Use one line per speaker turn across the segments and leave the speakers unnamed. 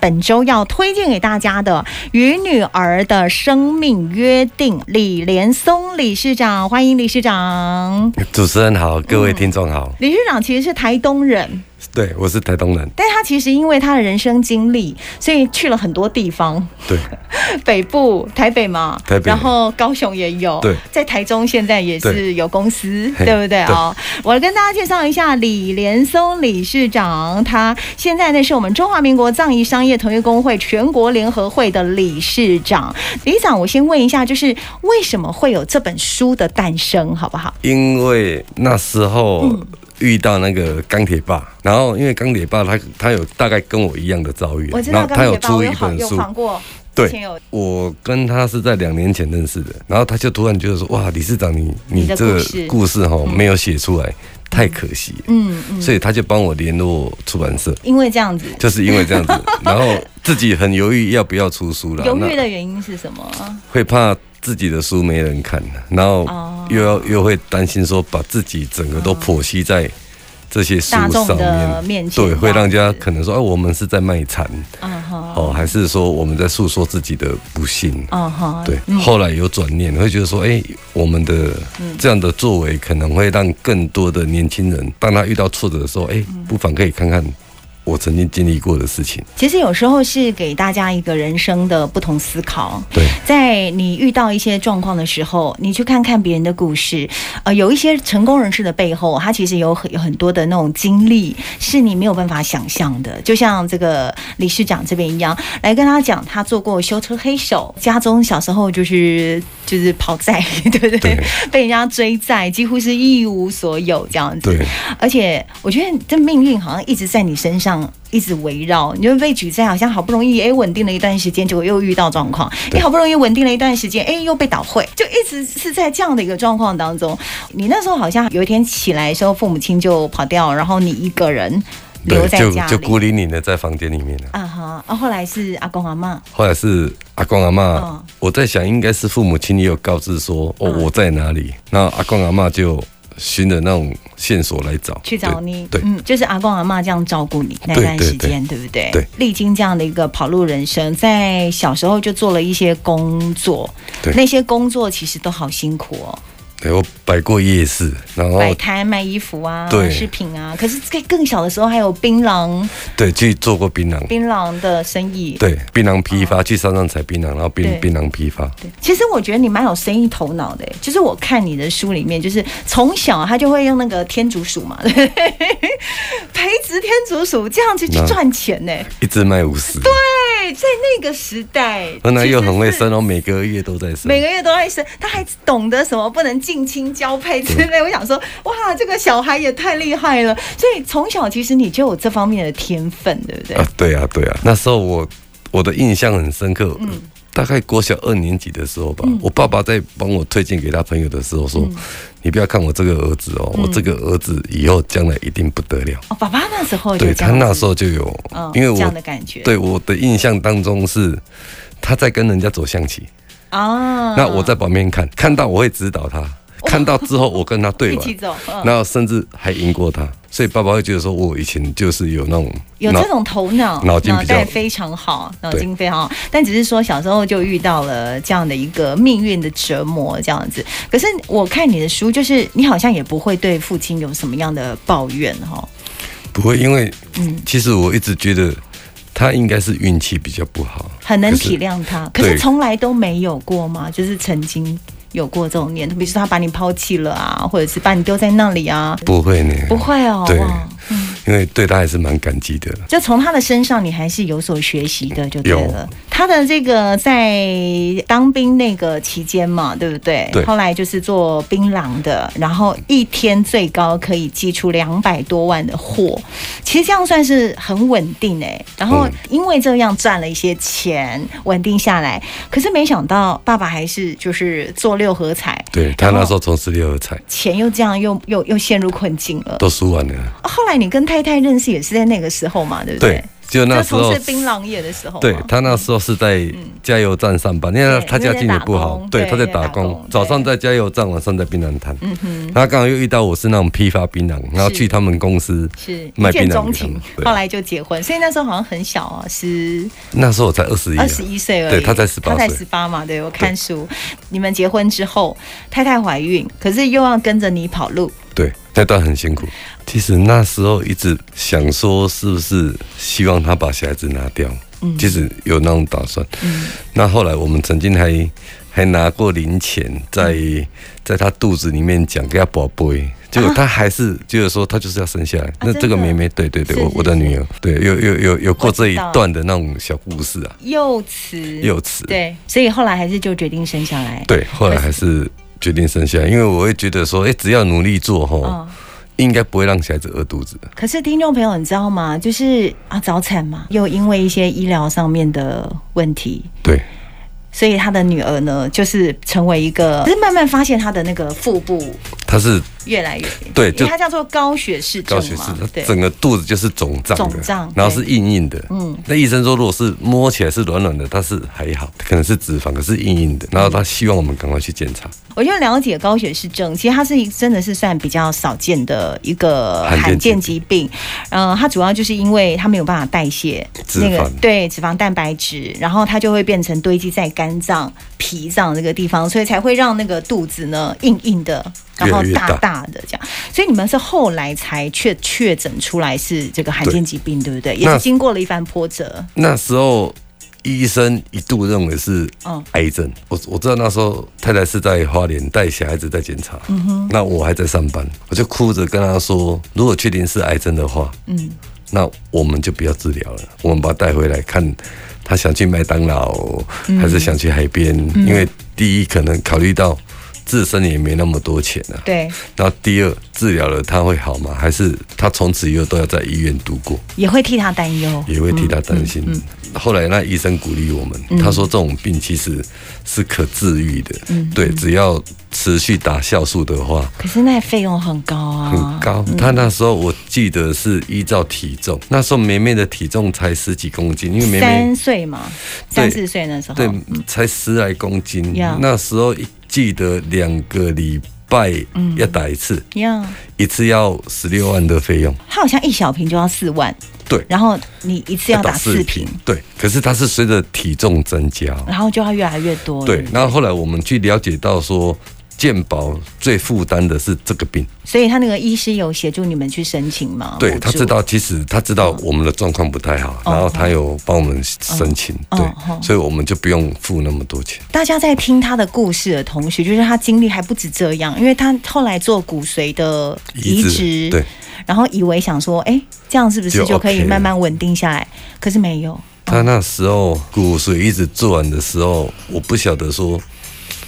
本周要推荐给大家的《与女儿的生命约定》，李连松理事长，欢迎理事长。
主持人好，各位听众好，
理事长其实是台东人，
对我是台东人，
但他其实因为他的人生经历，所以去了很多地方，
对
北部台北嘛，
台北
然后高雄也有，
对
在台中现在也是
对
有公司，
嘿
对不对哦？我跟大家介绍一下李连松理事长，他现在呢是我们中华民国藏医商业同业工会全国联合会的理事长。理事长，我先问一下，就是为什么会有这本书的诞生，好不好？
因为那时候遇到那个钢铁爸，然后因为钢铁爸他他有大概跟我一样的遭遇啊
我，知
然
道刚
后他
刚
有
也把
出
我
一
有好
本
有
书，
访过，之前
对
有，
我跟他是在两年前认识的，然后他就突然觉得说，哇，理事长你
你
你
的
这个
故事
故事哈没有写出来，太可惜了，
嗯嗯，
所以他就帮我联络出版社。
因为这样子。
就是因为这样 子，然后自己很犹豫要不要出书了，
犹
那
豫的原因是什么？
会怕自己的书没人看，然后
哦
又要又会担心说把自己整个都剖析在这些书
大众
上
的
面，
面前
对，会让人
这样
家
子
可能说，哎、我们是在卖惨
嗯哼，
哦，还是说我们在诉说自己的不幸？
嗯哼，
对，
嗯
后来有转念，会觉得说，哎、我们的这样的作为可能会让更多的年轻人，当他遇到挫折的时候，哎、
嗯
不妨可以看看我曾经经历过的事情。
其实有时候是给大家一个人生的不同思考。
对，
在你遇到一些状况的时候，你去看看别人的故事，呃，有一些成功人士的背后，他其实有很有很多的那种经历，是你没有办法想象的。就像这个理事长这边一样，来跟他讲，他做过修车黑手，家中小时候就是就是跑债，对不对？
对
被人家追债，几乎是一无所有这样子。
对，
而且我觉得这命运好像一直在你身上一直围绕，你就被举债，好像好不容易哎稳定了一段时间，结果又遇到状况，
对
你好不容易稳定了一段时间，哎又被倒会，就一直是在这样的一个状况当中。你那时候好像有一天起来的时候，父母亲就跑掉，然后你一个人留
对，
在
就
家
就孤
里。
零零的在房间里面了、
啊哈，啊后来是阿公阿妈，
后来是阿公阿妈，
嗯
我在想应该是父母亲也有告知说哦
嗯
我在哪里，那阿公阿妈就循着那种线索来找，
去找你，
对。对
嗯，就是阿公阿妈这样照顾你那
对
段
对
时间，对不对？
对，
历经这样的一个跑路人生，在小时候就做了一些工作，
对
那些工作其实都好辛苦哦，
对我摆过夜市，然后
摆摊卖衣服啊，
哦对
饰品啊，可是在更小的时候还有槟榔，
对去做过槟榔，
槟榔的生意，
对槟榔批发，去山上采槟榔，然后
对
槟槟榔批发，
对，其实我觉得你蛮有生意头脑的，欸就是我看你的书里面，就是从小他就会用那个天竺鼠嘛，对 不对培植天竺鼠这样去去
那
赚钱欸呢。
一直卖五十，
对，在那个时代，
后来又很会
其实是
生哦，每个月都在生
每。个月都在生，他还懂得什么不能近亲交配之类。我想说，哇，这个小孩也太厉害了。所以从小其实你就有这方面的天分，对不对？嗯
啊，对啊，对啊，那时候我我的印象很深刻，大概国小二年级的时候吧，我爸爸在帮我推荐给他朋友的时候
嗯
说，你不要看我这个儿子哦，我这个儿子以后将来一定不得了。
哦，爸爸那时候就
对
这
他
样
那
子
时候就有，
嗯
因为
这样
我
的感觉
对我的印象当中是他在跟人家走象棋，
啊，
那我在旁边看，看到我会指导他。看到之后，我跟他
哦
对
一
玩
起，走，嗯、
然后甚至还赢过他，所以爸爸会觉得说，我以前就是有那种
有
脑
这种头脑，
脑筋比较
袋非常好，脑
对
筋非常好。但只是说小时候就遇到了这样的一个命运的折磨，这样子。可是我看你的书，就是你好像也不会对父亲有什么样的抱怨哈。
不会，因为
嗯
其实我一直觉得他应该是运气比较不好，
很能
可是
体谅他，可
对
是从来都没有过嘛，就是曾经有过这种念头，比如说他把你抛弃了啊，或者是把你丢在那里啊，
不会呢，
不，会哦，
对
哇，
因为对他还是蛮感激的。
就从他的身上你还是有所学习的，就对了。他的这个在当兵那个期间嘛，对不对？
对
后来就是做槟榔的，然后一天最高可以寄出两百多万的货，其实这样算是很稳定哎、然后
嗯
因为这样赚了一些钱，稳定下来。可是没想到爸爸还是就是做六合彩，
对他那时候从事六合彩
钱又这样又又又陷入困境了。
都输完了，
后来你跟太太认识也是在那个时候嘛，对不
对，就那
就
时
从
候
事槟榔业的时候吗，
对他那时候是在
嗯
加油站上班，因为他他家境也不好，
对
对，
在打工对在
他在打
打嗯
工
工，
早上在加油站，晚上在槟榔摊。他刚好又遇到我是那种批发槟榔，然后去他们公司
是一
卖
见
槟榔
钟
给他
情
们。，
后
对，
来就结婚，所以那时候好像很小啊，十
那时候我才二十一，啊
二十一岁而已。
对他才18岁
他才十八嘛。对我看书，你们结婚之后，太太怀孕，可是又要跟着你跑路，
对，那段很辛苦。其实那时候一直想说，是不是希望他把小孩子拿掉？
嗯
其实有那种打算。那后来我们曾经还还拿过零钱在，在、
嗯
他肚子里面讲给他宝贝。结果他还是、就是说，他就是要生下来。那这
啊真的
个妹妹，对对对，
是
我
是
我的女儿，对，有有有有过这
我知
一
道
段的那种小故事啊，
幼慈，
幼齿。
嗯对，所以后来还是就决定生下来。
对，后来还是决定生下来，因为我会觉得说，哎、只要努力做吼，
嗯
应该不会让小孩子饿肚子。
可是听众朋友，你知道吗？就是啊，早产嘛，又因为一些医疗上面的问题，
对，
所以他的女儿呢，就是成为一个，可是慢慢发现她的那个腹部
它是
越来越，
对
因为
就
它叫做高血氏症
高
嘛，
血脂，它
对，
整个肚子就是肿胀的，
肿胀
然后是
对
硬硬的。嗯，那医生说，如果是摸起来是软软的，它是还好，可能是脂肪，可是硬硬的。然后他希望我们赶快去检查。
我就了解高血氏症，其实它是一真的是算比较少见的一个
罕见
罕见疾
疾
病。嗯、它主要就是因为它没有办法代谢
脂肪
对脂肪蛋白质，然后它就会变成堆积在肝脏、脾脏这个地方，所以才会让那个肚子呢硬硬的，然后
越来越
大
大
大的这样。所以你们是后来才确确诊出来是这个罕见疾病，对不对？也
那
是经过了一番波折。
那时候医生一度认为是
嗯
癌症。我我知道那时候太太是在花莲带小孩子在检查，
嗯
那我还在上班，我就哭着跟她说，如果确定是癌症的话，嗯，那我们就不要治疗了，我们把她带回来看。她想去麦当劳，
嗯
还是想去海边？因为第一，可能考虑到自身也没那么多钱啊。
对，
然后第二，治疗了她会好吗？还是她从此以后都要在医院度过？
也会替他担忧。
也会替他担心。
嗯
后来那医生鼓励我们，他说这种病其实是可治愈的，
嗯
对，只要持续打酵素的话。
可是那费用很高啊，
很高，他那时候我记得是依照体重，那时候梅梅的体重才十几公斤，因为梅梅
三岁嘛，三
对
四岁那时候，
对才十来公斤
Yeah，
那时候记得两个礼拜要打一次，
呀，
一次要十六万的费用，
它好像一小瓶就要四万，
对，
然后你一次要打四瓶
瓶，，对，可是它是随着体重增加哦，
然后就要越来越多。
对，然后后来我们去了解到说，健保最负担的是这个病，
所以他那个医师有协助你们去申请吗？
对
补助
他知，道，其实他知道
嗯
我们的状况不太好，然后他有帮我们申请，
哦
对
哦，
所以我们就不用付那么多钱。
大家在听他的故事的同时，就是他经历还不止这样，因为他后来做骨髓的移
移植
植，
对，
然后以为想说，哎，这样是不是
就
就可以
OK 了
慢慢稳定下来？可是没有，
他那时候骨髓移植做完的时候，我不晓得说，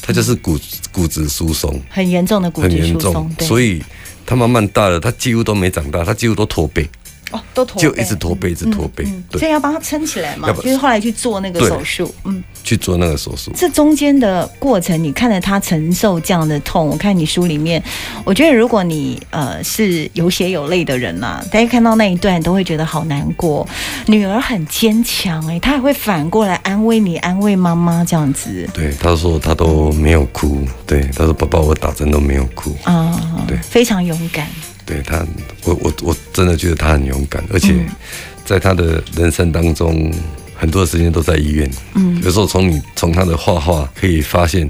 他就是骨骨质疏松
很严重的骨
很
质
严
疏
重
松，，对，
所
以
以他慢慢大了，他几乎都没长大，他几乎都驼背，
哦，都驼背嗯
就一直驼背，一直驼背，
所
对，
以要帮他撑起来嘛，
要不
就是后来去做那个
对
手术，嗯，
去做那个手术。
这中间的过程，你看着他承受这样的痛，我看你书里面，我觉得如果你呃是有血有泪的人啦、啊大家看到那一段都会觉得好难过。女儿很坚强哎、她还会反过来安慰你，安慰妈妈这样子
对，他说他都没有哭，对，他说爸爸，我打针都没有哭，
啊、
对
非常勇敢，
对他，我我我真的觉得他很勇敢，而且在他的人生当中，很多时间都在医院，嗯，有时候从你从他的画画可以发现，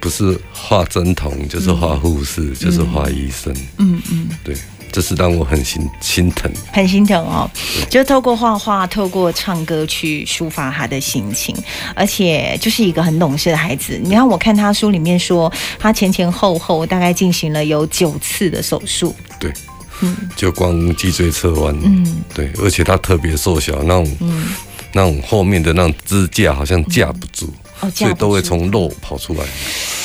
不是画针筒，就是画护士，就是画医生，嗯嗯，对，这是让我很心心疼，
很心疼哦。就透过画画，透过唱歌去抒发他的心情，而且就是一个很懂事的孩子。你看，我看他书里面说，他前前后后大概进行了有九次的手术。
对。就光脊椎侧弯，嗯，对，而且他特别瘦小，那种，那种后面的那种支架好像架不住，
哦，这
所以
样
都会从肉跑出来，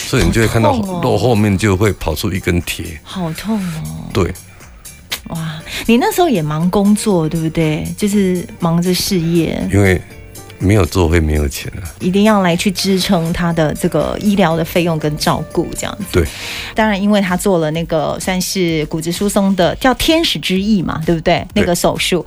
所以你就会看到
好痛哦
肉后面就会跑出一根铁。
好痛哦！
对，
哇，你那时候也忙工作，对不对？就是忙着事业，
因为没有做会没有钱啊。
一定要来去支撑他的这个医疗的费用跟照顾，这样子。
对，
当然，因为他做了那个算是骨质疏松的叫天使之翼嘛，对不对？那个手术。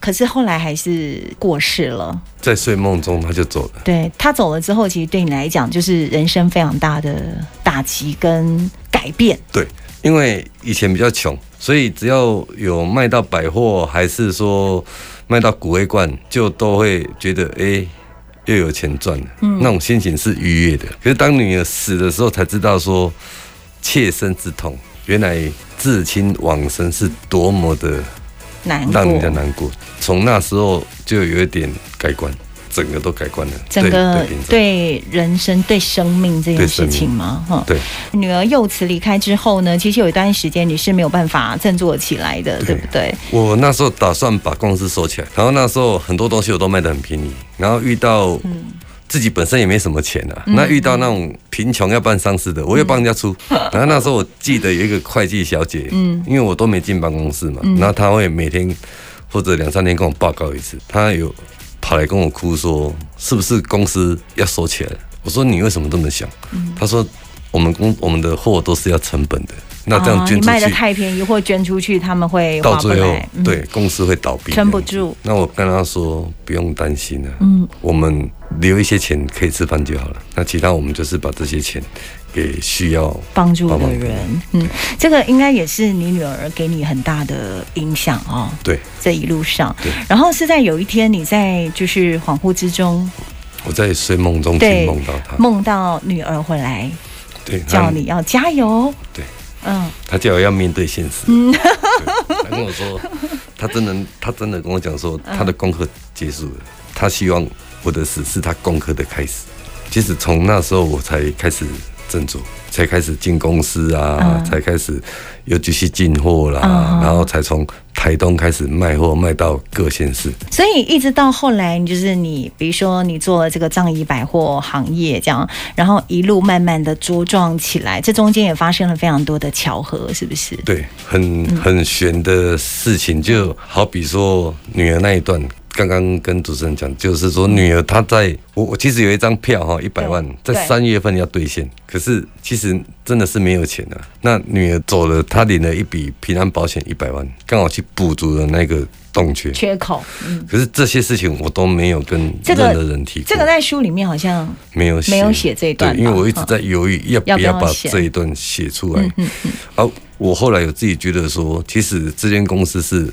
可是后来还是过世了。
在睡梦中他就走了。
对他走了之后，其实对你来讲就是人生非常大的打击跟改变。
对，因为以前比较穷，所以只要有卖到百货，还是说卖到骨灰罐，就都会觉得哎。诶又有钱赚了，
嗯
那种心情是愉悦的。可是当女儿死的时候，才知道说切身之痛，原来至亲往生是多么的
难过，
让人家难过。从那时候就有一点改观，整个都改观了。
整个
对对民众
对人生、对生命这件
对
事
生
情
命
嘛，哈。
对
女儿幼慈离开之后呢，其实有一段时间你是没有办法振作起来的，对
对
不对？
我那时候打算把公司收起来，然后那时候很多东西我都卖得很便宜，然后遇到自己本身也没什么钱
嗯
啊，那遇到那种贫穷要办丧事的，我又帮人家出。
嗯
然后那时候我记得有一个会计小姐，因为我都没进办公室
嗯
嘛，然后她会每天或者两三天跟我报告一次，她有跑来跟我哭说，是不是公司要收起来了？我说你为什么这么想？
嗯
她说我们公我们的货都是要成本的，那这样
啊
捐
你
出去。
卖的太便宜或捐出去，他们会
到
划不
最后
来。嗯，
对公司会倒闭，
撑不住。
那我跟他说不用担心啊，嗯，我们留一些钱可以吃饭就好了。那其他我们就是把这些钱给需要
帮助
帮
的
忙
人，嗯，这个应该也是你女儿给你很大的影响哦，
对
这一路上
对。
然后是在有一天你在就是恍惚之中
我在睡梦中
对
去梦到他，
梦到女儿回来
对，
叫
他
你要加油，
对，
嗯，
他叫我要面对现实。嗯，他跟我说，他真的他真的跟我讲说，他的功课结束了，他希望我的死是他功课的开始。其实从那时候我才开始振作，才开始进公司啊，
嗯
才开始又继续进货啦，
嗯
然后才从台东开始卖货，卖到各县市。
所以一直到后来，就是你，比如说你做了这个藏仪百货行业这样，然后一路慢慢的茁壮起来，这中间也发生了非常多的巧合，是不是？
对，很
嗯
很玄的事情，就好比说女儿那一段，刚刚跟主持人讲，就是说女儿她在我我其实有一张票哈，一百万
对
在三月份要兑现，可是其实真的是没有钱啊。那女儿走了，她领了一笔平安保险一百万，刚好去补足了那个洞缺。
缺口，嗯，
可是这些事情我都没有跟
这个
任何人提过，
这个在书里面好像
没有
没有写这一段吧哦
对，因为我一直在犹豫要
要
不
不
要
要
把
写嗯
这一段写出来。而我后来有自己觉得说，其实这间公司是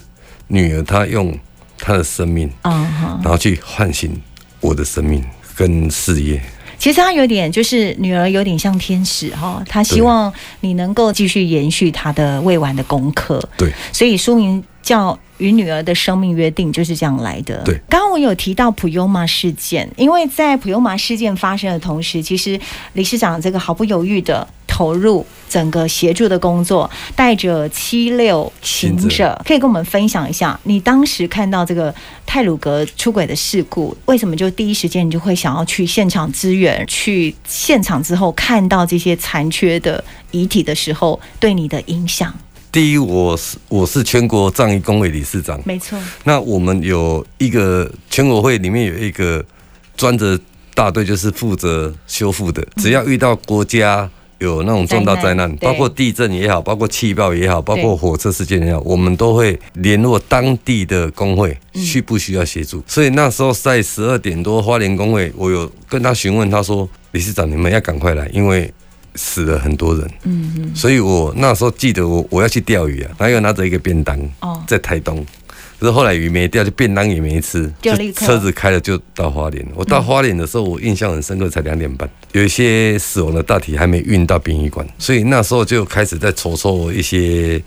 女儿她用她的生命，
啊哈、
然后去唤醒我的生命跟事业。
其实他有点就是女儿有点像天使哈、她希望你能够继续延续她的未完的功课，
对，
所以书名叫《与女儿的生命约定》，就是这样来的。
对
刚刚我有提到普悠玛事件，因为在普悠玛事件发生的同时，其实理事长这个毫不犹豫的投入整个协助的工作，带着七六行
行
者，可以跟我们分享一下，你当时看到这个泰鲁格出轨的事故，为什么就第一时间你就会想要去现场支援？去现场之后看到这些残缺的遗体的时候，对你的影响？
第一，我是我是全国藏医工会理事长，
没错，
那我们有一个全国会里面有一个专责大队，就是负责修复的。只要遇到国家有那种重大灾
灾
难
难，对
包括地震也好，包括气爆也好，包
对
括火车事件也好，我们都会联络当地的工会，需不需要协助。所以那时候在十二点多，花莲工会，我有跟他询问，他说：“理事长，你们要赶快来，因为。”死了很多人，嗯嗯，所以我那时候记得我我要去钓鱼啊，然后又拿着一个便当，
哦
在台东，可是后来鱼没钓，就便当也没吃，
就
就
立刻
车子开了就到花莲。我到花莲的时候，我印象很深刻，才两点半，有一些死亡的大体还没运到殡仪馆，所以那时候就开始在筹措一些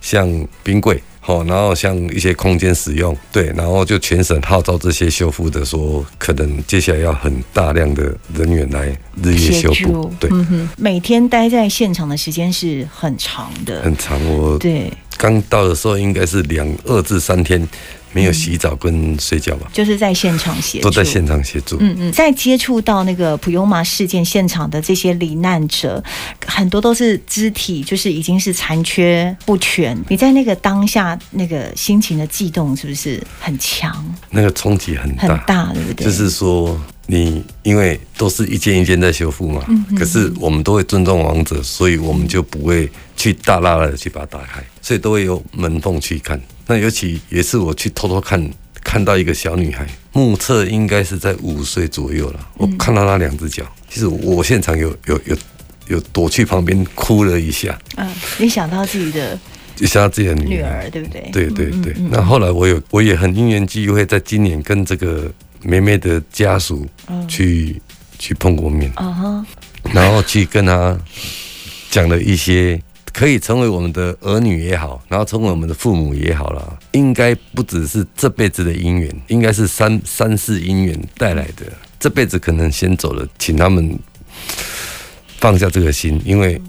像冰柜。哦，然后像一些空间使用，对，然后就全省号召这些修复的说，可能接下来要很大量的人员来日夜
协
修
助
补，对，
嗯哼，每天待在现场的时间是很长的，
很长。我
对，
刚到的时候应该是两二至三天没有洗澡跟睡觉吧，
就是在现场协助。
都在现场协助。
嗯嗯，在接触到那个普悠玛事件现场的这些罹难者，很多都是肢体就是已经是残缺不全。你在那个当下那个心情的悸动是不是很强
那个冲击很大，
很大，对不对？
就是说你因为都是一间一间在修复嘛，可是我们都会尊重王者，所以我们就不会去大拉拉的去把它打开，所以都会有门缝去看。那尤其也是我去偷偷看看到一个小女孩，目测应该是在五岁左右了。我看到她两只脚，其实我现场有有有有躲去旁边哭了一下，
嗯，你想到自己的
就想到自己的
女
女儿。
儿，对嗯不对？
对对对，那后来我有我也很因缘机会，在今年跟这个梅梅的家属
哦
去、去碰过面，
啊哈，
然后去跟她讲了一些可以成为我们的儿女也好，然后成为我们的父母也好啦，应该不只是这辈子的姻缘，应该是三三世姻缘带来的。这辈子可能先走了，请他们放下这个心，因为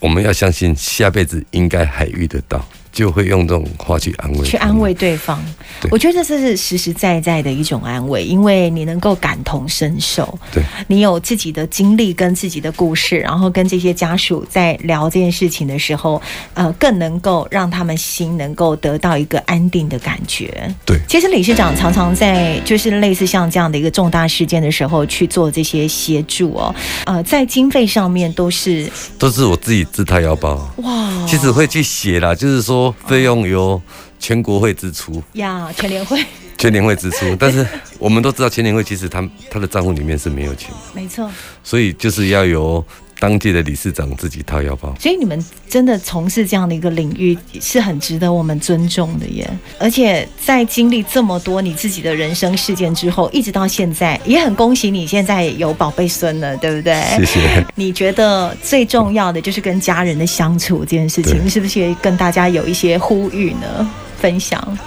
我们要相信下辈子应该还遇得到，就会用这种话去安慰他们，
去安慰对方，
对
我觉得这是实实在在的一种安慰，因为你能够感同身受，
对。
你有自己的经历跟自己的故事，然后跟这些家属在聊这件事情的时候，呃，更能够让他们心能够得到一个安定的感觉。
对
其实理事长常常在就是类似像这样的一个重大事件的时候去做这些协助哦，呃，在经费上面都是
都是我自己自掏腰包。
哇
其实会去写啦，就是说费用由全国会支出、
呀，全联会，
全年会支出，但是我们都知道全年会其实他他的账户里面是没有钱，
没错。
所以就是要由当届的理事长自己掏腰包。
所以你们真的从事这样的一个领域是很值得我们尊重的耶。而且在经历这么多你自己的人生事件之后，一直到现在，也很恭喜你现在有宝贝孙了，对不 对？
谢谢。
你觉得最重要的就是跟家人的相处这件事情，
对
你是不是也跟大家有一些呼吁呢？分享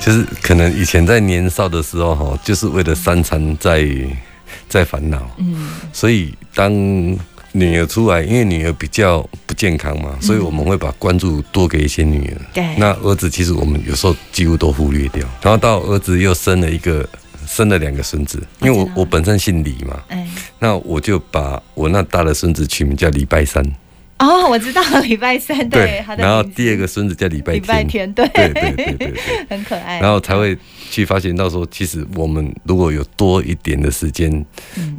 就是可能以前在年少的时候哈，就是为了三餐在在烦恼，嗯，所以当女儿出来，因为女儿比较不健康嘛，所以我们会把关注多给一些女儿。
对
那儿子其实我们有时候几乎都忽略掉，然后到儿子又生了一个。生了两个孙子，因为
我
我
知道
我本身姓李嘛，
哎。
那我就把我那大的孙子取名叫礼拜三，
哦，我知道，礼拜三对，他的
然后
名字
第二个孙子叫礼拜
礼
天，
拜天，哎对，
对对对对对，
很可爱。
然后才会去发现到说，其实我们如果有多一点的时间，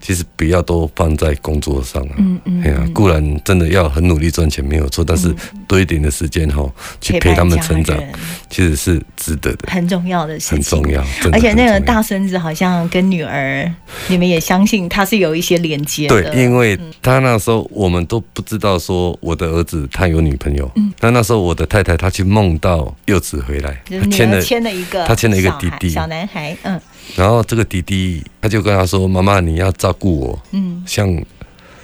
其实不要都放在工作上啊。
嗯嗯
哎呀、固然真的要很努力赚钱没有错，但是多一点的时间哈、去陪
伴
他们
家
成长，
人
其实是值得的，
很重要的事情，
很重要。真的
而且那个
很重要
大孙子好像跟女儿，你们也相信他是有一些连接的。嗯
对，因为他那时候我们都不知道说我的儿子他有女朋友，
嗯
那那时候我的太太她去梦到幼子回来，
就
她
是女
签
儿
了
牵了一个，
他牵了一个弟弟
小孩小男孩，嗯
然后这个弟弟他就跟他说：“妈妈，你要照顾我，
嗯，
像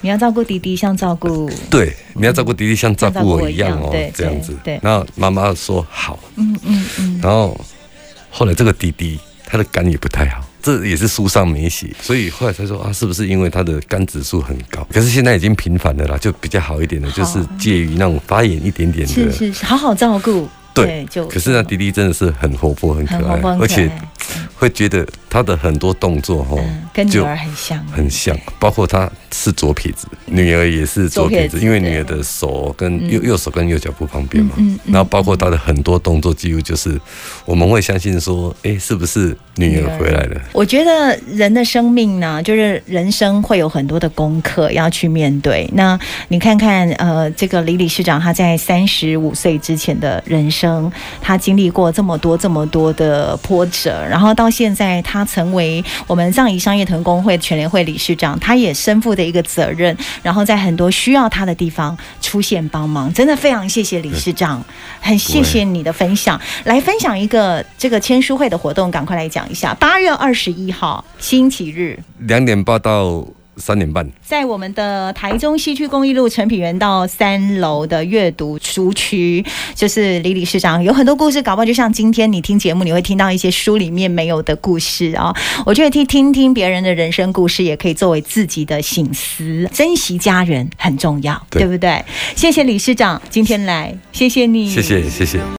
你要照顾弟弟，像照顾
对，你要照顾弟弟像照顾我一样
像照顾
哦
我一样对，
这样子。
对对
然后妈妈说好，
嗯嗯嗯，
然后后来这个弟弟他的肝也不太好，这也是书上没写，所以后来才说啊，是不是因为他的肝指数很高？可是现在已经平反了啦，就比较好一点了，
好
就是介于那种发炎一点点的。
是是是，好好照顾。
对
就
可是那弟弟真的是很活泼、很可
很活
爱，
泼，很可
而且
爱
会觉得他的很多动作哦，
嗯，跟女
就
儿很像，
很像，包括他是左撇子，女儿也是左撇子，
左撇子
嗯因为女儿的手跟右、右手跟右脚不方便嘛。
嗯嗯嗯
然后包括她的很多动作，几乎就是我们会相信说，哎，是不是女儿回来了？
我觉得人的生命呢，就是人生会有很多的功课要去面对。那你看看，呃，这个李理事长他在三十五岁之前的人生，他经历过这么多这么多的波折，然后到现在他成为我们藏宜商业同工会全联会理事长，他也身负的一个责任，然后在很多需要他的地方出现帮忙，真的非常谢谢理事长，很谢谢你的分享。来分享一个这个签书会的活动，赶快来讲一下。八月二十一号星期日，
两点半到三点半，
在我们的台中西区公益路成品园道三楼的阅读书区，就是李理事长有很多故事，搞不好就像今天你听节目，你会听到一些书里面没有的故事啊、我觉得听听听别人的人生故事，也可以作为自己的醒思，珍惜家人很重要，
对
对不对？谢谢理事长今天来，谢谢你，
谢谢，谢谢。